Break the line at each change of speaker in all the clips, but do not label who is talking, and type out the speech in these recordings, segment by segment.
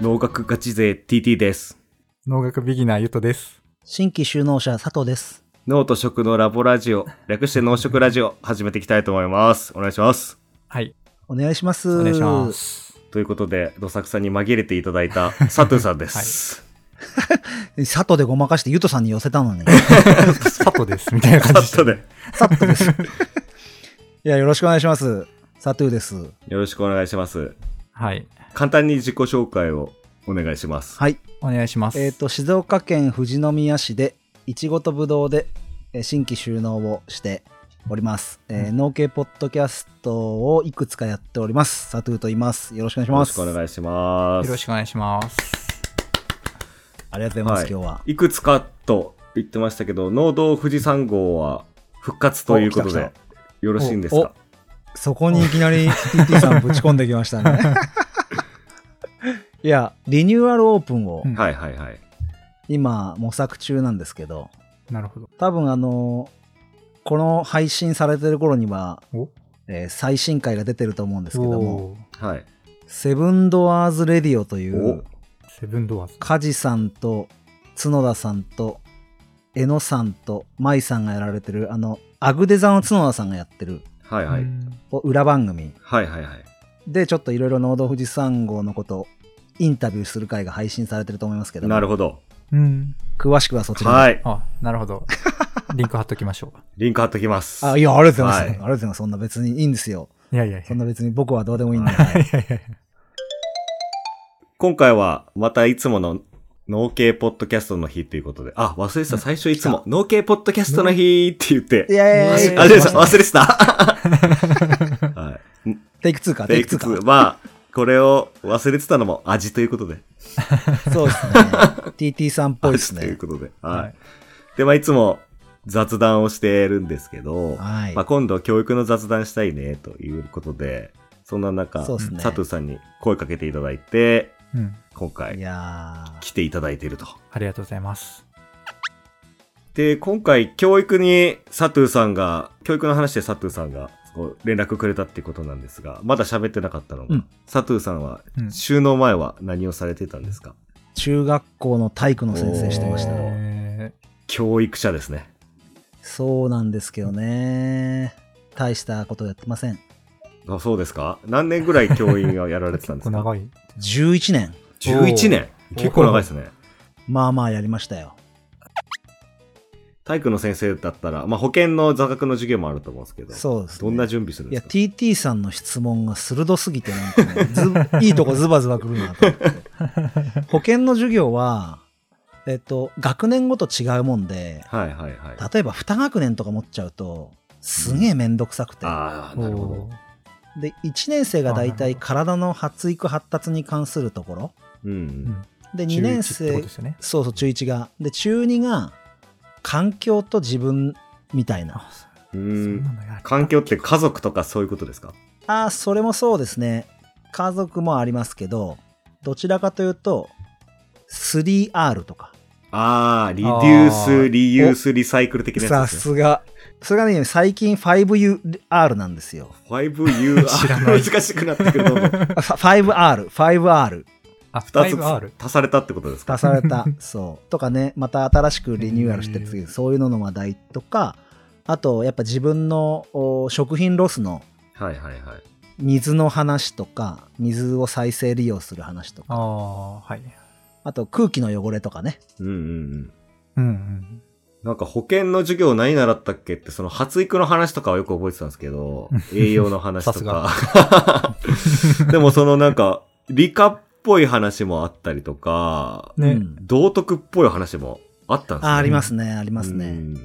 農学ガチ勢 TT です。
農学ビギナーゆとです。
新規収納者佐藤です。
脳と食のラボラジオ、略して農食ラジオ、始めていきたいと思います。お願いします。
はい、
お願いします。
お願いしま。す。
ということで、どさくさんに紛れていただいた佐藤さんです。
佐藤でごまかしてゆとさんに寄せたのに。
佐藤です。みたいな感じ
佐藤で。
佐藤です。いや、よろしくお願いします。佐藤です。
よろしくお願いします。
はい。
簡単に自己紹介をお願いします。
はい。
お願いします。
えっ、と、静岡県富士宮市で、いちごとぶどうで、えー新規収納をしております。えー農系ポッドキャストをいくつかやっております。佐藤と言います。よろしくお願いし
よろ
ま
し
す。
くお
あ
願いします。
よろしくお願いします。
りがとうございます、
はい
今日は。
いくつかと言ってましたけど、農道富士山号は復活ということ
お
で
来、
よろしいんですか
そこにいきなり TT さんぶち込んできましたね。いや、リニューアルオープンを
うん
はいはいはい。
今模索中なんですけど、
なるほど。
多分あのこの配信されてる頃には
お、
えー最新回が出てると思うんですけども
おー
はい。
「セブンドアーズ・レディオ」という
セブンドアーズ。
梶さんと角田さんと江野さんと舞さんがやられてるあのアグデザの角田さんがやってる
はいはい。
うん
お裏番組
はいはいはい。
でちょっといろいろ農道富士山号のことをインタビューする回が配信されてると思いますけども
なるほど。
うん。
詳しくはそちらに
はい。
あ、なるほど。リンク貼っときましょ
リンク貼っときます。
あいやありがとうございます、
はい
ありがとうございますそんな別にいいんですよ
う。いやいやいや。
そんな別に僕はどうでもいいんだから
いやいやい
今回はまたいつもの農系ポッドキャストの日ということで。あ、忘れてた。最初いつも農系ポッドキャストの日って言って。
いやいやいやいや
あれでした忘れてた。 は
テイク2か、
い。
テ
テ
イ
イ
ク
ク
2
2。まあ、これを忘れてたのも味ということで。
か。そうですね。TT さんっぽいです
味という
ね。
ことで。
や
はい。。で、まあいつも雑談をしてるんですけど、
はい
まあ、。今度教育の雑談したいねということで、そんな中、
そうですね
佐藤さんに声かけていただいて、
うん。
今
い
回
や
来ていただいていると。
ありがとうございます。
で、今回、教育に佐藤さんが、教育の話で佐藤さんがこう連絡くれたってことなんですが、まだ喋ってなかったのが、
うん
佐藤さんは、
うん
収納前は何をされてたんですか
ー中学校の体育の先生してました
お
よ。
ー
え
教育者ですね。
そうなんですけどね。大したことやってません。
あそうですか何年ぐらい教員をやられてた
ー、
んですか
結構長い。
11年。
11年
おー
結構長いですね。
まあまあやりましたよ。
体育の先生だったら、まあ、保健の座学の授業もあると思うんですけど、
そうです、ね。
どんな準備するん
い
で
や、
すか
TT さんの質問が鋭すぎて、なんかね、ずいいとこズバズバくるなと 思って。保険の授業は、えっと、学年ごと違うもんで、
はいはいはい。あ
例えば2学年とか持っちゃうと、すげえめんどくさくて。
あー、なるほど。
おー。
で1年生が大
あなる
体
ほど
体の発育発達に関するところ
うんうん。
で
中
2年
一ってこ
生
とですよね。
そうそう中1がで中2が環境と自分みたいな
あ、そう
う
そ
ー
んなんのやられてた
環境って家族とかそういうことですか
ああそれもそうですね家族もありますけどどちらかというと 3R とか
ああ、リデュー
あ
ス、
ー
リユース、リサイクル的なや
さ
つですね。
すがそれがね最近 5UR なんで すよ
5U、
知らない
難しくなってくるどんどん。
あ 5R5R
あ、
2
5R。
つ足されたってことですか
足さ れたそうとかねまた新しくリニューアルしてる
へ
次そういうのの話題とかあとやっぱ自分のお食品ロスの
はいはいはい。
水の話とか水を再生利用する話とか
ああ、はい。
あと空気の汚れとかね
うんうんうん。
うんうん。
なんか保険の授業何習ったっけって、その発育の話とかはよく覚えてたんですけど、栄養の話とか。 でもそのなんか、理科っぽい話もあったりとか、
ね。
うん
道徳っぽい話もあったんですね
あありますねあり
り
ますね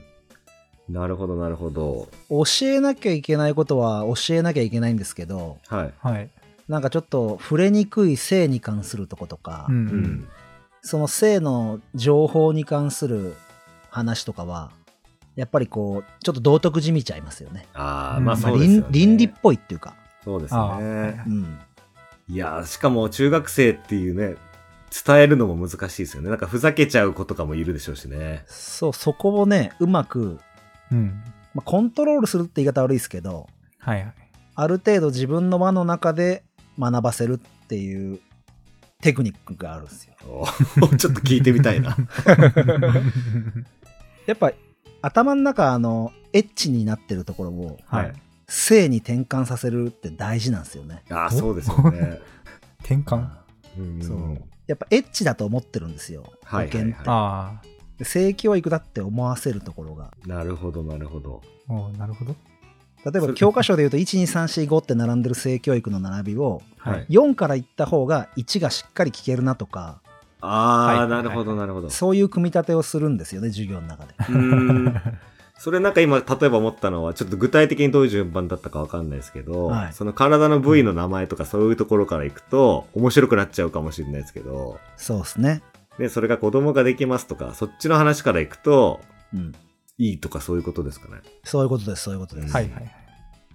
なるほど、なるほど。
教えなきゃいけないことは教えなきゃいけないんですけど
はい。
はい。
なんかちょっと触れにくい性に関するとことか、
うん
う
うんん。。
その性の情報に関する話とかはやっぱりこうちょっと道徳じみちゃいますよね
ああ、
うん
まあ
まあ
そうですよ、ね
倫倫理っぽいっていうか、
そうです
あー
ね。
うん、
いやー、しかも中学生っていうね、伝えるのも難しいですよね。なんかふざけちゃう子とかもいるでしょうしね。
そうそこをねうまく、
うん。
まあ、コントロールするって言い方悪いですけど
はいはい。
ある程度自分の輪の中で学ばせるっていうテクニックがあるんですよ。
お ちょっと聞いてみたい な。
やっぱ頭の中あのエッチになってるところを
はい。
性に転換させるって大事なんですよね。
ああ、そうですよね。
転換
うん
そうやっぱエッチだと思ってるんですよ。
はいはい
保険
は
っ
い
て
あ
で性教育だって思わせるところが。
なるほど、なるほど。
あ。おーなるほど。
例え
そ
ば
れ
教科書で言うと12345って並んでる性教育の並びを
はい。
4から言った方が1がしっかり聞けるなとか
あ
は
あ、
い
なるほど、なるほど。
そういう組み立てをするんですよね授業の中で。
うーんそれなんか今、例えば思ったのは、ちょっと具体的にどういう順番だったかわかんないですけど、
はい
その体の部位の名前とかそういうところからいくと、面白くなっちゃうかもしれないですけど、
そうですね。
で、それが子供ができますとか、そっちの話からいくと、
うん。
いいとかそういうことですかね。
そういうことですそういうことです。
はいはいはい。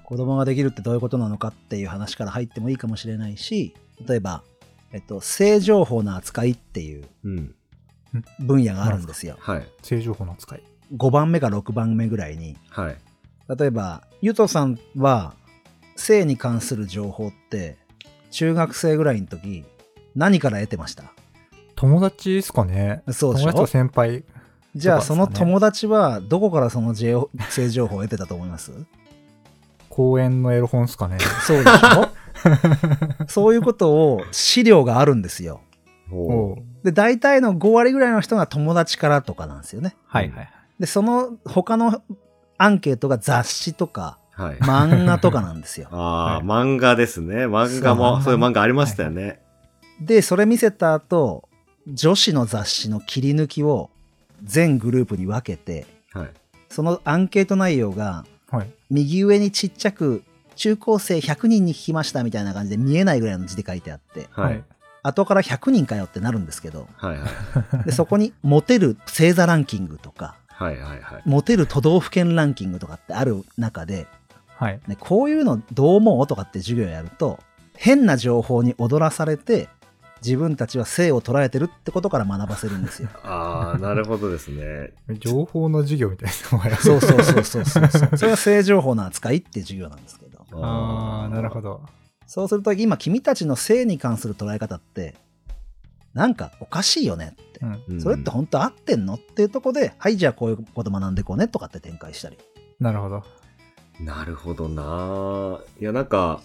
子供ができるってどういうことなのかっていう話から入ってもいいかもしれないし例えば、えっと、性情報の扱いっていう
うん。
分野があるんですよ。
はい。
性情報の扱い。
5番目か6番目ぐらいに
はい。
例えばゆとさんは性に関する情報って中学生ぐらいの時何から得てました
友達ですかね。
そうでし
友達と
ょ
か先輩。
じゃあ
そ
そう
ですか
の
ね
友達はどこからその情報性情報を得てたと思います
公園のエロ本ですかね。
そうでし ょそういうことを資料があるんですよ。
ほ
お
う
ー
で、大体の5割ぐらいの人が友達からとかなんですよね。
はいはいはい。
で、その他のアンケートが雑誌とか
はい。
漫画とかなんですよ。
ああ、漫画ですね。漫画も、
そ
そうういう漫画ありましたよね。
で、それ見せた後、女子の雑誌の切り抜きを全グループに分けて、
はい。
そのアンケート内容が
はい。
右上にちっちゃく中高生100人に聞きましたみたいな感じで見えないぐらいの字で書いてあって、
は
はいい。
後から100人かよってなるんですけど、
はい。はい。
でそこにモテる星座ランキングとか、
はい。はい。はい。
モテる都道府県ランキングとかってある中で、
はい。
ね、こういうのどう思うとかって授業やると変な情報に踊らされて自分たちは性を捉えてるってことから学ばせるん ですよ。
ああ、なるほどですね。
情報の授業みたいです ね。
そうそうそうそうそうそう。それは性情報の扱いっていう授業なんですけど。
ああ、なるほど。
そうすると今君たちの性に関する捉え方ってなんかおかしいよねって
う。ん。
ど
それって本当合ってんのっていうとこで、はい、じゃあこういうこと学んでこうねとかって展開したり。
なるほど。
なるほどなぁいや、なんか、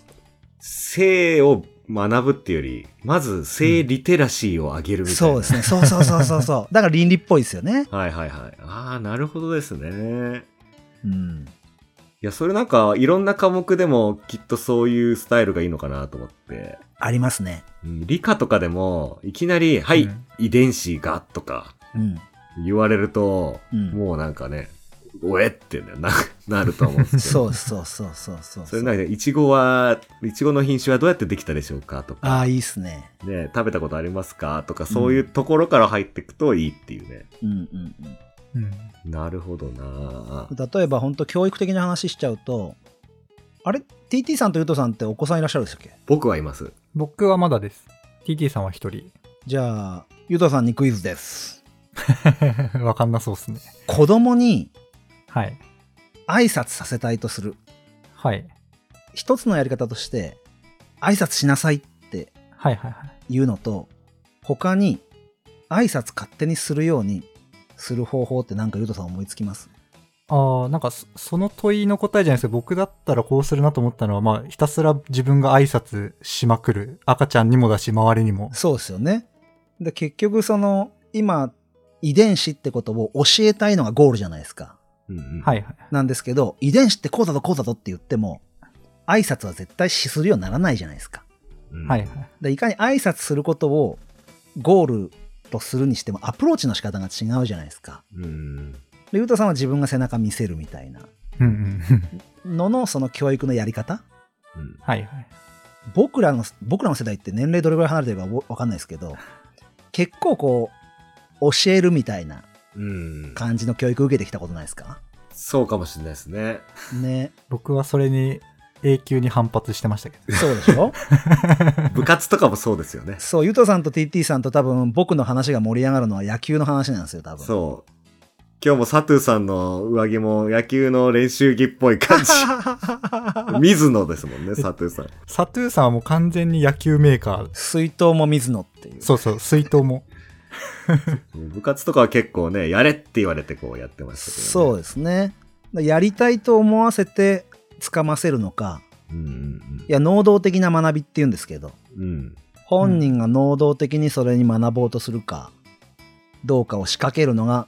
性を学ぶっていうより、まず性リテラシーを上げるみたいな。
そうですね。そうそうそうそうそう。だから倫理っぽいですよね。
はいはいはい。ああ、なるほどですね。
うん。
いや、それなんか、いろんな科目でもきっとそういうスタイルがいいのかなと思って。
ありますね。
うん理科とかでも、いきなり、はい、
うん
遺伝子がとか
うん。
言われると、
うん
もうなんかね、おえってな、 なると思うん ですけど。
そうそうそうそうそう。
それなんかね、いちごは、いちごの品種はどうやってできたでしょうかとか。
ああ、いいっすね。
ね、食べたことありますかとか、そういうところから入っていくといいっていうね。
うんうんう
うん。
なるほどなぁ
ん。例えば、本当教育的な話しちゃうと、あれ ?TT さんとゆとさんってお子さんいらっしゃるんでしたっけ
僕はいます。
僕はまだです。TT さんは一 人。
じゃあ、ゆとさんにクイズです。
わかんなそうっすね。
子供に
はい。
挨拶させたいとする。
はい。
一つのやり方として、挨拶しなさいって
はいはいはい。
いうのと、他に挨拶勝手にするようにする方法ってなんかゆとさん思いつきます
ああ、なんかそその問いの答えじゃないですけど、僕だったらこうするなと思ったのは、まあ、ひたすら自分が挨拶しまくる。赤ちゃんにもだし、周りにも。
そうですよね。で、結局その、今、遺伝子ってことを教えたいのがゴールじゃないですか。
うんうん、。
はいいはい。
なんですけど、遺伝子ってこうだぞこうだぞって言っても、挨拶は絶対しするようにならないじゃないですか。
はいはい。
でいかに挨拶することをゴールとするにしてもアプローチの仕方が違うじゃないですか。
うん。
で、ゆうとさんは自分が背中見せるみたいな
うんうん。
ののその教育のやり方
うん
はいはい。
僕らの、僕らの世代って年齢どれぐらい離れてるかわかんないですけど、結構こう、教えるみたいな
うん。
感じの教育受けてきたことないですか
そうかもしれないですね。
ね。
僕はそれに永久に反発してましたけど。
そうでし ょ
部活とかもそうですよね。
そう、ゆとさんと TT さんと多分僕の話が盛り上がるのは野球の話なんですよ、多分。
そう。今日も佐藤さんの上着も野球の練習着っぽい感 じ。水野ですもんね、佐藤さん。
サトゥーさんはもう完全に野球メーカー。
水筒も水野っていう。
そうそう、水筒も。
部活とかは結構ね、やれって言われてこうやってましたけど、ね。
そうですね。やりたいと思わせて、つかませるのか、
うん
いや、能動的な学びって言うんですけど、
うんうん。うん。
本人が能動的にそれに学ぼうとするか、どうかを仕掛けるのが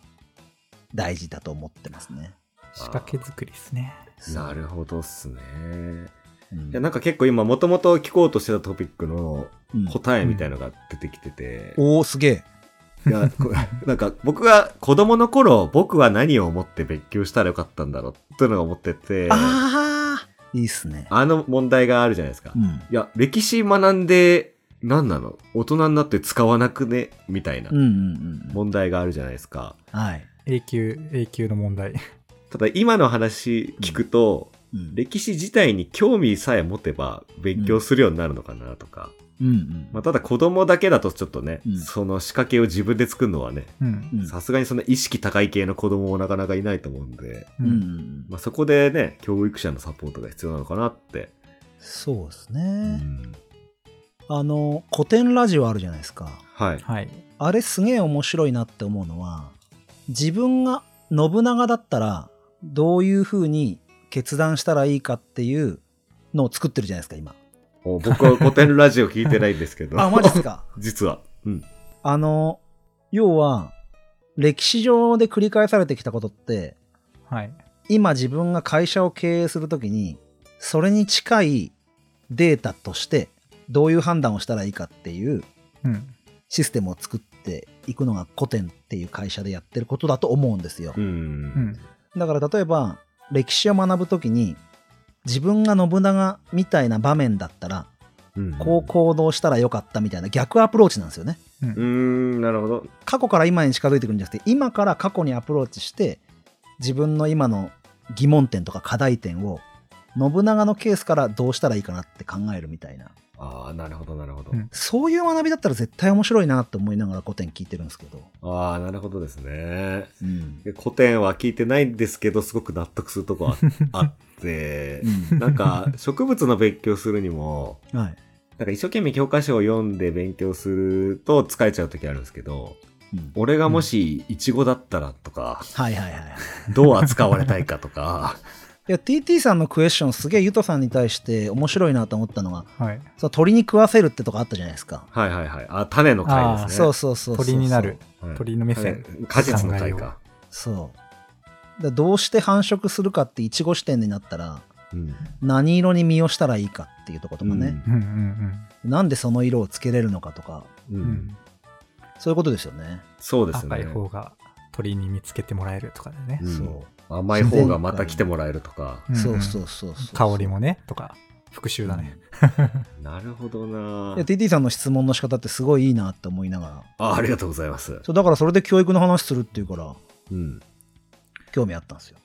大事だと思ってますね。
仕掛け作りですね。
なるほどっすね。
うん
いや、なんか結構今、もともと聞こうとしてたトピックの
うん
答えみたいのが出てきてて、
おお、すげえ。
いや、こ なんか僕が子供の頃、僕は何を思って別居したらよかったんだろうっていうのが思ってて、
ああ、いいっすね。
あの問題があるじゃないですか。
う
い
ん。
や、歴史学んで、何なの大人になって使わなくねみたいな
うんうんうん。
問題があるじゃないですか。
はい。
永久、永久の問題。
ただ今の話聞くと、
うん
歴史自体に興味さえ持てば勉強するようになるのかなとか、
うんうん。
まあ、ただ子供だけだとちょっとね、
うん
その仕掛けを自分で作るのはね
うん。
さすがにそんな意識高い系の子供もなかなかいないと思うんで、
うんうんうん。
まあ、そこでね教育者のサポートが必要なのかなって、
そうです
う
ね。
ん
あの、古典ラジオあるじゃないですか。
はい
はい。
あれすげえ面白いなって思うのは、自分が信長だったら、どういう風に決断したらいいかっていうのを作ってるじゃないです か、今。
お僕は古典ラジオ聞いてないんですけど
あ、マジっすか。
実は、うん、
あの、要は、歴史上で繰り返されてきたことって、
はい。
今自分が会社を経営するときに、それに近いデータとして、どういう判断をしたらいいかっていう
うん。
システムを作っていくのが古典っていう会社でやってることだと思うんですよ。
うん
うん。
だから例えば、歴史を学ぶときに、自分が信長みたいな場面だったら、
うん
こう行動したらよかったみたいな逆アプローチなんですよね。
うん
うーんなるほど
過去から今に近づいてくるんじゃなくて今から過去にアプローチして自分の今の疑問点とか課題点を信長のケースからどうしたらいいかなって考えるみたいな
ああなるほどなるほど、
うん
そういう学びだったら絶対面白いなって思いながら古典聞いてるんですけど、
ああなるほどですね
うん
で古典は聞いてないんですけどすごく納得するとこは あってなんか植物の勉強するにも
はい
なんか一生懸命教科書を読んで勉強すると疲れちゃう時あるんですけど
うん
俺がもしイチゴだったらと か、
はいはいはい
どう扱われたいかとか
いや TT さんのクエスチョンすげえゆとさんに対して面白いなと思ったのが
はい。
その鳥に食わせるってとこあったじゃないですか、
はいはいはいあ種の回ですね
そうそうそうそう
鳥になる。
はい
鳥の目線
種果実の回か、
そうだからどうして繁殖するかってイチゴ視点になったら
うん
何色に身をしたらいいかっていうとことかね、
うんうん
なんでその色をつけれるのかとか
うんう
うんん。うん。
そういうことですよね、
そうです
赤い
ね
方が鳥に見つけてもらえるとかでね
う。ん
そ
甘い方がまた来てもらえるとか
んん
そうそうそうそう
香りもね、とか、復習だね。
なるほどない
や TT さんの質問の仕方ってすごいいいなって思いながら
あありがとうございます
そうだからそれで教育の話するっていうから
うん
興味あったんですよ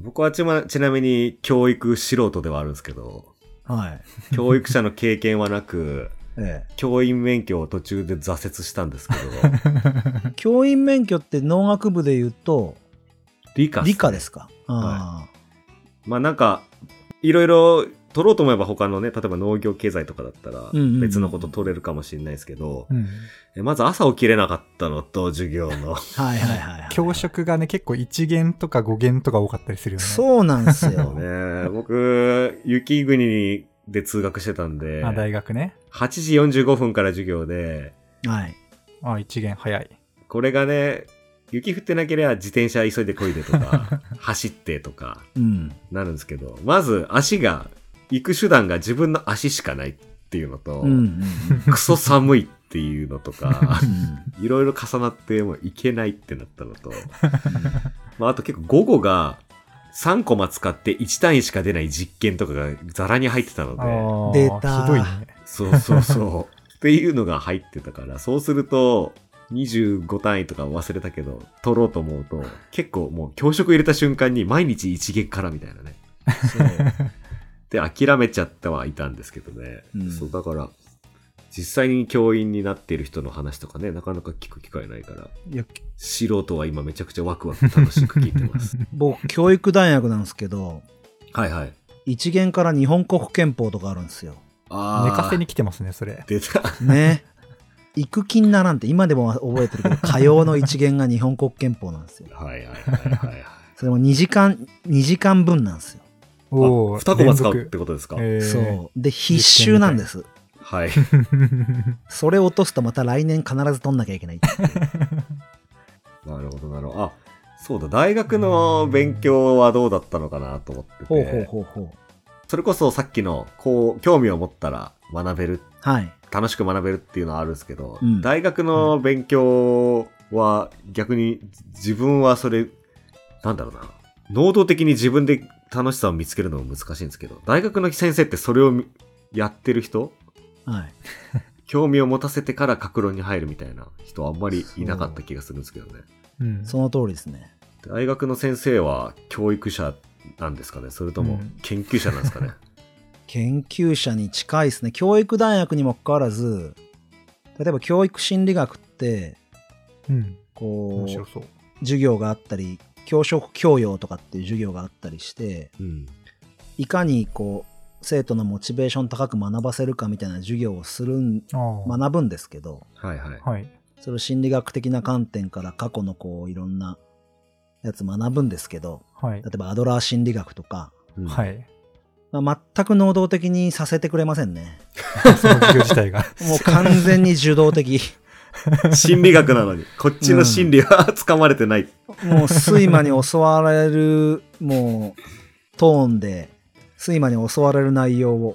僕はち,、ま、ちなみに教育素人ではあるんですけど、
はい
教育者の経験はなく、
え
教員免許を途中で挫折したんですけ ど、
え教員免許って農学部で言うと
理科っすね
理科ですかあ
まあなんか、いろいろ取ろうと思えば他のね、例えば農業経済とかだったら
うんうんうん
別のこと取れるかもしれないですけど、
うん。
えまず朝起きれなかったのと、授業の。
あはいはいはい、はい、
教職がね、結構1弦とか5弦とか多かったりするよね。
そうなんですよ、
ね、僕、雪国で通学してたんで、
あ、大
8
学ね。
時45分から授業で、
はい
あ、1弦早い。
これがね、雪降ってなければ自転車急いでこいでと か、走ってとか
うん
なるんですけど、まず足が、行く手段が自分の足しかないっていうのと、
うんうん
クソ寒いっていうのとか
う、ん
いろいろ重なってもう行けないってなったのと、まああと結構午後が3コマ使って1単位しか出ない実験とかがザラに入ってたの
あ
で、
ー
出た
ひどいね。
そうそうそう。 っていうのが入ってたから、そうすると、25単位とか忘れたけど、取ろうと思うと、結構もう教職入れた瞬間に毎日一撃からみたいなね。
そう
で、諦めちゃってはいたんですけどね。
うん
そう、だから、実際に教員になっている人の話とかね、なかなか聞く機会ないから、
いや
素人は今めちゃくちゃワクワク楽しく聞いて ます。
僕教育大学なんですけど
はいはい。
一元から日本国憲法とかあるんですよ
あー
寝かせに来てますね、それ。
出た。
ね 行く気にならんって今でも覚えてるけど火曜の一元が日本国憲法なんですよ
はいはいはいはい。
それも2時間2時間分なんですよ、
おお、
2コマ使うっ
連続
てことですか、
えー
そうで必修なんです
はい。
それ落とすとまた来年必ず取んなきゃいけない
なるほどなるほど。あ、そうだ、大学の勉強はどうだったのかなと思ってて、
ほうほうほうほう
それこそさっきの、こう、興味を持ったら学べる、
はい
楽しく学べるっていうのはあるんですけど、
うん
大学の勉強は逆に自分はそれ、なんだろうな、能動的に自分で楽しさを見つけるのも難しいんですけど、大学の先生ってそれをみやってる人
はい
興味を持たせてから格論に入るみたいな人はあんまりいなかった気がするんですけどね。
うん
その通りですね
大学の先生は教育者なんですかねそれと
う
も
ん
研究者なんですかね、
研究者に近いですね教育大学にもかかわらず例えば教育心理学って
うん。
こ
面白
う
そう。
授業があったり教職教養とかっていう授業があったりして
うん、
いかにこう生徒のモチベーション高く学ばせるかみたいな授業をするん
ああ。
学ぶんですけど
はいはい。
はい。
それを心理学的な観点から過去のこういろんなやつ学ぶんですけど
はい
例。えばアドラー心理学とか、
うん
はい。
まあ、全く能動的にさせてくれませんね
その授業自体が。
もう完全に受動的
心理学なのに、こっちの心理は掴まれてない。
もう睡魔に襲われるもうトーンで睡魔に襲われる内容を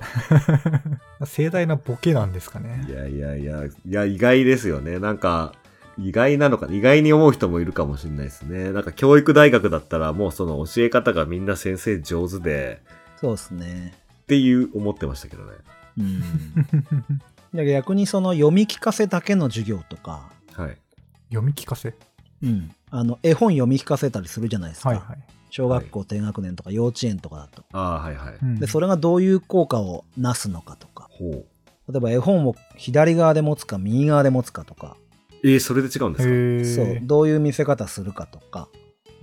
盛大なボケなんですかね
い。やいやいや、いや、意外ですよね。なんか、意外なのかな、意外に思う人もいるかもしれないですね。なんか教育大学だったらもうその教え方がみんな先生上手で、
そうですね
っていう思ってましたけどね。
うんだから逆にその読み聞かせだけの授業とか、
はい。
読み聞かせ。
うん、あの絵本読み聞かせたりするじゃないですか、
はいはい。
小学校低学年とか幼稚園とかだと、
ああ、はいはい。
うん
でそれがどういう効果をなすのかとか
ほう。
例えば絵本を左側で持つか右側で持つかとか、
えー、それで違うんですか、
へえ。
そうどういう見せ方するかとか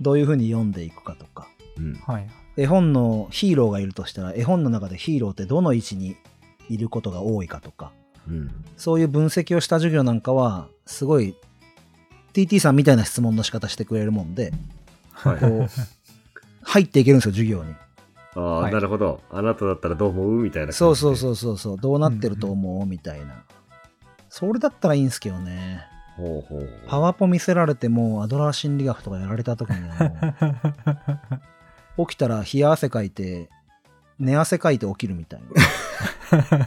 どういうふうに読んでいくかとか
うん。
はい。
絵本のヒーローがいるとしたら絵本の中でヒーローってどの位置にいることが多いかとか
うん。
そういう分析をした授業なんかはすごい TT さんみたいな質問の仕方してくれるもんで
はい。
こう入っていけるんですよ授業に
ああ、
はい
なるほど。あなただったらどう思うみたいな感じで。
そうそうそうそうそうどうなってると思うみたいなそれだったらいいんですけどね
ほうほうほう。
パワポ見せられてもうアドラー心理学とかやられた時に はもう起きたら冷や汗かいて寝汗かいて起きるみたいな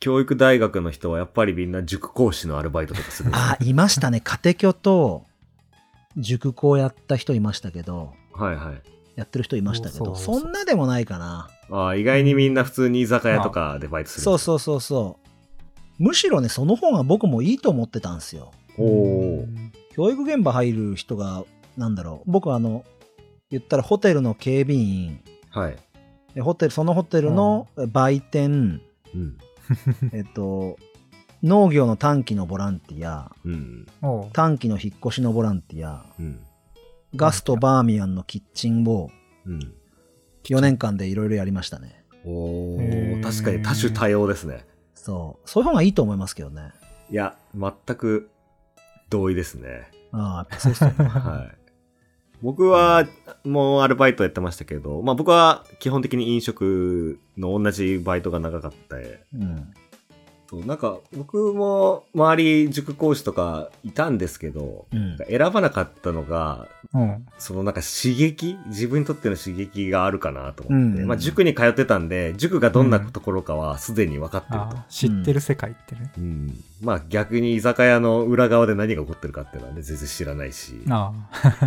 教育大学の人はやっぱりみんな塾講師のアルバイトとかするんです
あいましたね家庭教と塾講やった人いましたけど
はいはい。
やってる人いましたけど
そうそうそう
そんなでもないかな
ああ、意外にみんな普通に居酒屋とかでバイトする。
そうそうそうそうむしろねその方が僕もいいと思ってたんですよ
おおー。
教育現場入る人がなんだろう僕はあの言ったらホテルの警備員
はい。
えホテルそのホテルの 売店、
うん。
えっと農業の短期のボランティア
うん。
おう
短期の引っ越しのボランティア
うん。
ガストバーミヤンのキッチンを
うん。
4年間でいろいろやりましたね
お
へ
お。
ー
確かに多種多様ですね。
そうそういう方がいいと思いますけどね
いや、全く同意ですね。
ああやっぱそうっすよ ね
はい。僕は、もうアルバイトやってましたけど、まあ僕は基本的に飲食の同じバイトが長かった
うん
そうなんか僕も周り塾講師とかいたんですけど、
うん
選ばなかったのが、
うん。
そのなんか刺激自分にとっての刺激があるかなと思って、
うん
まあ塾に通ってたんで、塾がどんなところかはすでに分かってる
あ
と。
あ知ってる世界ってね。
うんまあ逆に居酒屋の裏側で何が起こってるかっていうのはね、全然知らないし、
あ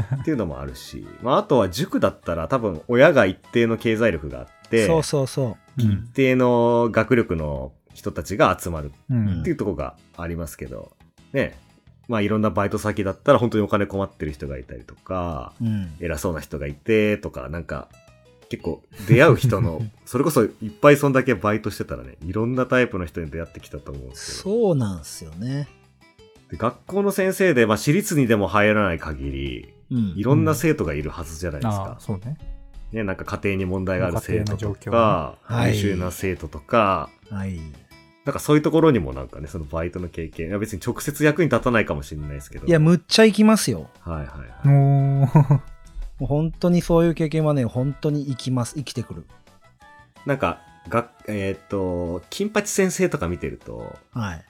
あ。
っていうのもあるし、まああとは塾だったら多分親が一定の経済力があって、
そうそうそう
うん
一定の学力の人たちが集まる
うん
っていうところがありますけど、ね、まあいろんなバイト先だったら本当にお金困ってる人がいたりとか、
うん
偉そうな人がいてとか、なんか、結構出会う人 の、それこそいっぱいそんだけバイトしてたらね、いろんなタイプの人に出会ってきたと思うんですけど。
そうなんすよね。
で学校の先生で、まあ、私立にでも入らない限り、
うん
い。ろんな生徒がいるはずじゃないです
あ
か
あ、。そうね。
ね、なんか家庭に問題がある生徒と
家庭
か、
の状況はい
優秀な生徒とか、
はい。
なんかそういうところにもなんかね、そのバイトの経験、いや別に直接役に立たないかもしれないですけど。
いや、むっちゃ行きますよ。
はいはいはい。
おー
もう本当にそういう経験はね、本当に生きます。生きてくる。
なんか、がえーっと、金八先生とか見てると、
はい。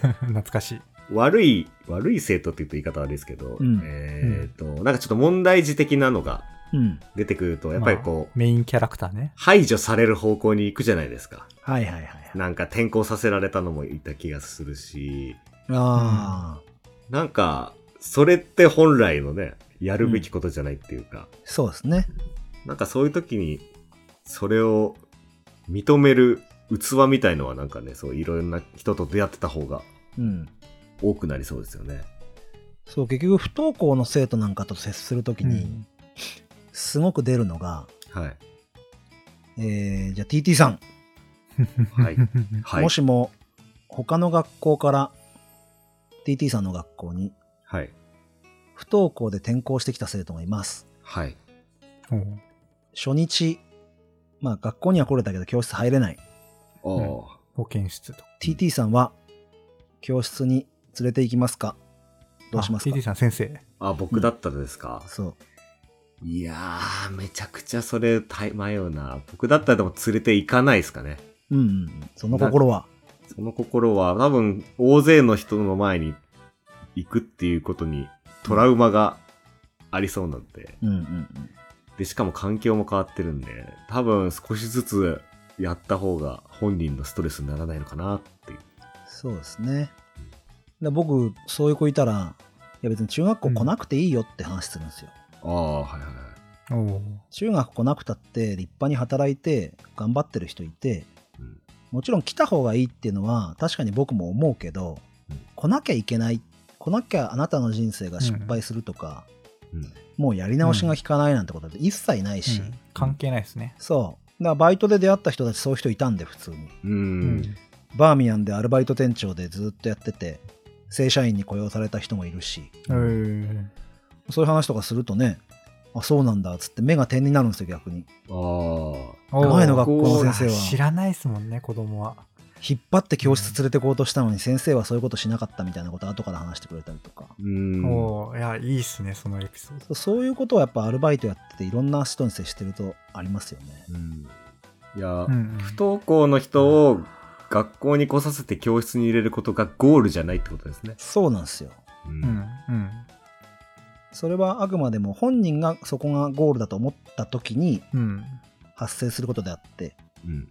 こう、
懐かしい。
悪い、悪い生徒って言うと言い方あれですけど、
うん
えーっと、なんかちょっと問題児的なのが
うん。
出てくると、やっぱりこう
まあ、メインキャラクターね。
排除される方向に行くじゃないですか。
はいはいはい。
なんか転校させられたのもいた気がするし、
ああ、
なんか、それって本来のね、やるべきことじゃないっていうか、
そうですね。
なんかそういう時に、それを認める器みたいのはなんかね、そういろんな人と出会ってた方が
うん。
多くなりそうですよね。
そう、結局不登校の生徒なんかと接するとき
う
に、
ん
すごく出るのが、
はい。
えー、じゃあ TT さん、
はい。はい。
もしも他の学校から TT さんの学校に
はい。
不登校で転校してきた生徒がいます。
はい。
おー
初日、まあ学校には来れたけど教室入れない。
おー
保健室とか。
TT さんは教室に連れて行きますかどうします
あ
か
?TT さん先生。
あ、僕だったらですか、
そう。
いやー、めちゃくちゃそれ大迷うな。僕だったらでも連れて行かないですかね。
うんうんうん。その心は。
その心は多分大勢の人の前に行くっていうことにトラウマがありそうなんで。
うんうんうん。
で、しかも環境も変わってるんで、多分少しずつやった方が本人のストレスにならないのかなっていう。
そうですね。で僕、そういう子いたら、いや別に中学校来なくていいよって話するんですよ。
ああ、はいはいはい。
おー
中学来なくたって立派に働いて頑張ってる人いて、
うん
もちろん来た方がいいっていうのは確かに僕も思うけど、
うん
来なきゃいけない来なきゃあなたの人生が失敗するとか、
うん。
もうやり直しが効かないなんてことって一切ないし、
うん関係ないですね。
そうだからバイトで出会った人たちそういう人いたんで普通に
うーん。
バーミヤンでアルバイト店長でずっとやってて正社員に雇用された人もいるし
うん。
そういう話とかするとねあそうなんだっつって目が点になるんですよ逆に
ああ。
おー
前の学校の先生は
知らないですもんね、子供は。
引っ張って教室連れてこうとしたのに先生はそういうことしなかったみたいなこと後から話してくれたりとか
うーん。
おーいや、いいっすね、そのエピソード。
そういうことはやっぱアルバイトやってていろんな人に接してるとありますよね
うんいや、
うん
不登校の人を学校に来させて教室に入れることがゴールじゃないってことですね。
そうなんですよ
う。
うんん。うん。
それはあくまでも本人がそこがゴールだと思った時に
うん。
発生することであって
うん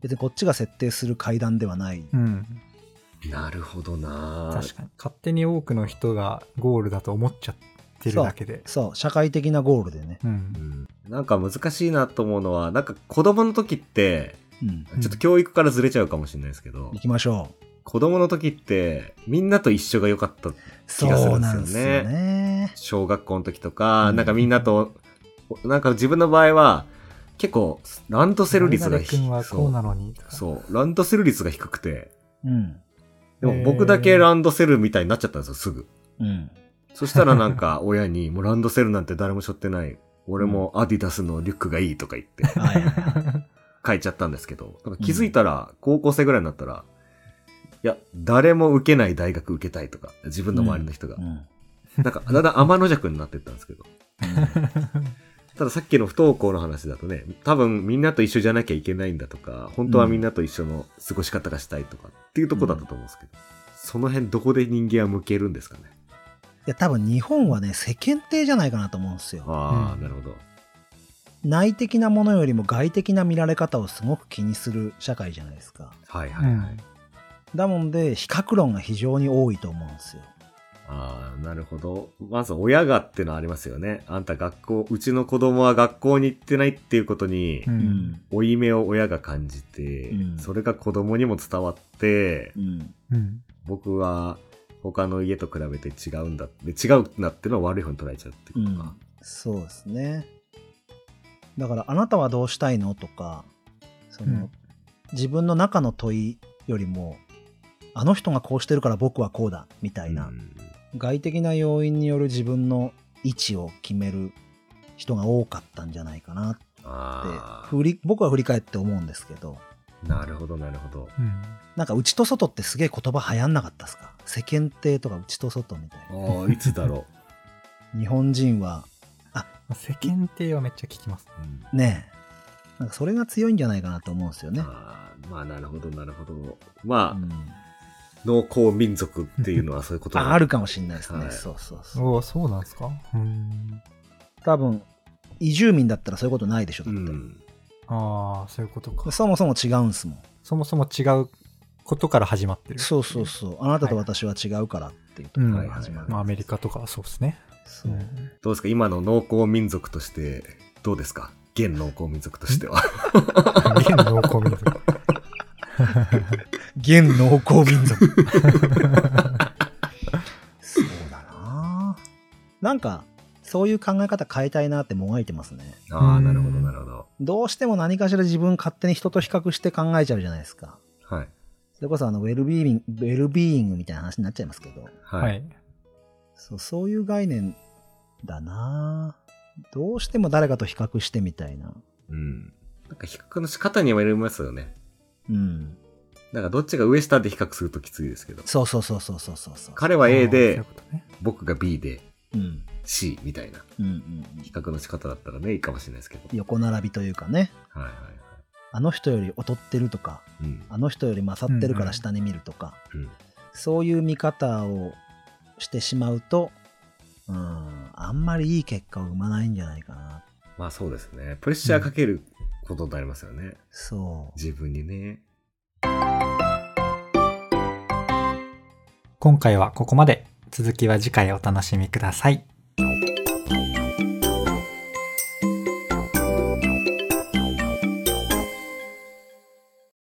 別にこっちが設定する階段ではない、
うん。
なるほどな
確かに。勝手に多くの人がゴールだと思っちゃってるだけで。
そう社会的なゴールでね
う。
うんんなんか難しいなと思うのは、なんか子供の時って、
うん
うん
ちょっと教育からずれちゃうかもしれないですけど、
行きましょう
子供の時ってみんなと一緒が良かった。気がす
そ
る
う
で
んな
すよね
んですよね
小学校の時とか、
うん
なんかみんなと、なんか自分の場合は、結構ランドセル率が
誰々君はこうなのに。
そうそう、ランドセル率が低くて、
うん
でも僕だけランドセルみたいになっちゃったんですよ、すぐ。
うん
そしたらなんか親に、もうランドセルなんて誰も背負ってない。俺もアディダスのリュックがいいとか言って
はいはいはい
変えちゃったんですけ ど、なんか気づいたら、高校生ぐらいになったら、いや、誰も受けない大学受けたいとか、自分の周りの人が
う。ん
なんか、だんだん天の弱になってったんですけど。たださっきの不登校の話だとね、多分みんなと一緒じゃなきゃいけないんだとか、本当はみんなと一緒の過ごし方がしたいとかっていうとこだったと思うんですけど、その辺どこで人間は向けるんですかね。
いや多分日本はね世間体じゃないかなと思うん ですよ
ああ、
うん
なるほど。
内的なものよりも外的な見られ方をすごく気にする社会じゃないですか
はいは
う
いはい。
ん。
だもんで比較論が非常に多いと思うんですよ
ああ、なるほど。まず親がっていうのはありますよね。あんた学校、うちの子供は学校に行ってないっていうことに、
う。
うん
負い目を親が感じて、
うん
それが子供にも伝わって、
うん
うん。
僕は他の家と比べて違うんだって、違うなってのを悪い方に捉えちゃうっていううんか。
そうですねだから、あなたはどうしたいのとか、その、
うん
自分の中の問いよりも、あの人がこうしてるから僕はこうだ、みたいな、
うん
外的な要因による自分の位置を決める人が多かったんじゃないかなって、
あ
振り僕は振り返って思うんですけど、
あ、なるほど、なるほど。
なんか、内と外ってすげえ言葉流行んなかったですか世間体とか内と外みたいな。
ああ、いつだろ
日本人は、
うん世間体はめっちゃ聞きます。
う。うん
ねえ、なんかそれが強いんじゃないかなと思うんですよね。
あーまあ、なるほど、なるほど。
う
まあ、
ん、
農耕民族っていうのはそういうこと
ああるかもしれないですね。
はい
そうそうそう。
おお、そうなんですかうん。
多分、移住民だったらそういうことないでしょ、だ
う
って。
ん。
ああ、そういうことか。
そもそも違うんすもん。
そもそも違うことから始まってる。
そうそうそう。あなたと私は違うからっていうところから始まる。
まあ、アメリカとかはそうですね。
そううん
どうですか今の農耕民族として、どうですか現農耕民族としては。
現農耕民族。
現農耕民族。そうだななんか、そういう考え方変えたいなってもがいてますね。
ああ、なるほど、なるほど。
どうしても何かしら自分勝手に人と比較して考えちゃうじゃないですか。
はい。
それこそあのウェルビーイング、ウェルビーイングみたいな話になっちゃいますけど、
は。
はいい。
そうそういう概念だなどうしても誰かと比較してみたいな。
うん。なんか比較の仕方にもよりますよね。
うん。
なんかどっちが上下で比較するときついですけど。
そうそうそうそうそうそうそう。
彼は A
あー
で
そういう、ことね
僕が B で、
うん。
C みたいな
うんうんうん。
比較の仕方だったらね、いいかもしれないですけど。
横並びというかね、
はいはいは
あの人より劣ってるとか、
い。うん。
あの人より勝ってるか
うんう
ら
ん
下に見るとか、
うん。
そういう見方をしてしまうと、うん、あんまりいい結果を生まないんじゃないかな。
まあそうですね。プレッシャーかけることになりますよね。
そう。
自分にね。
今回はここまで。続きは次回お楽しみください。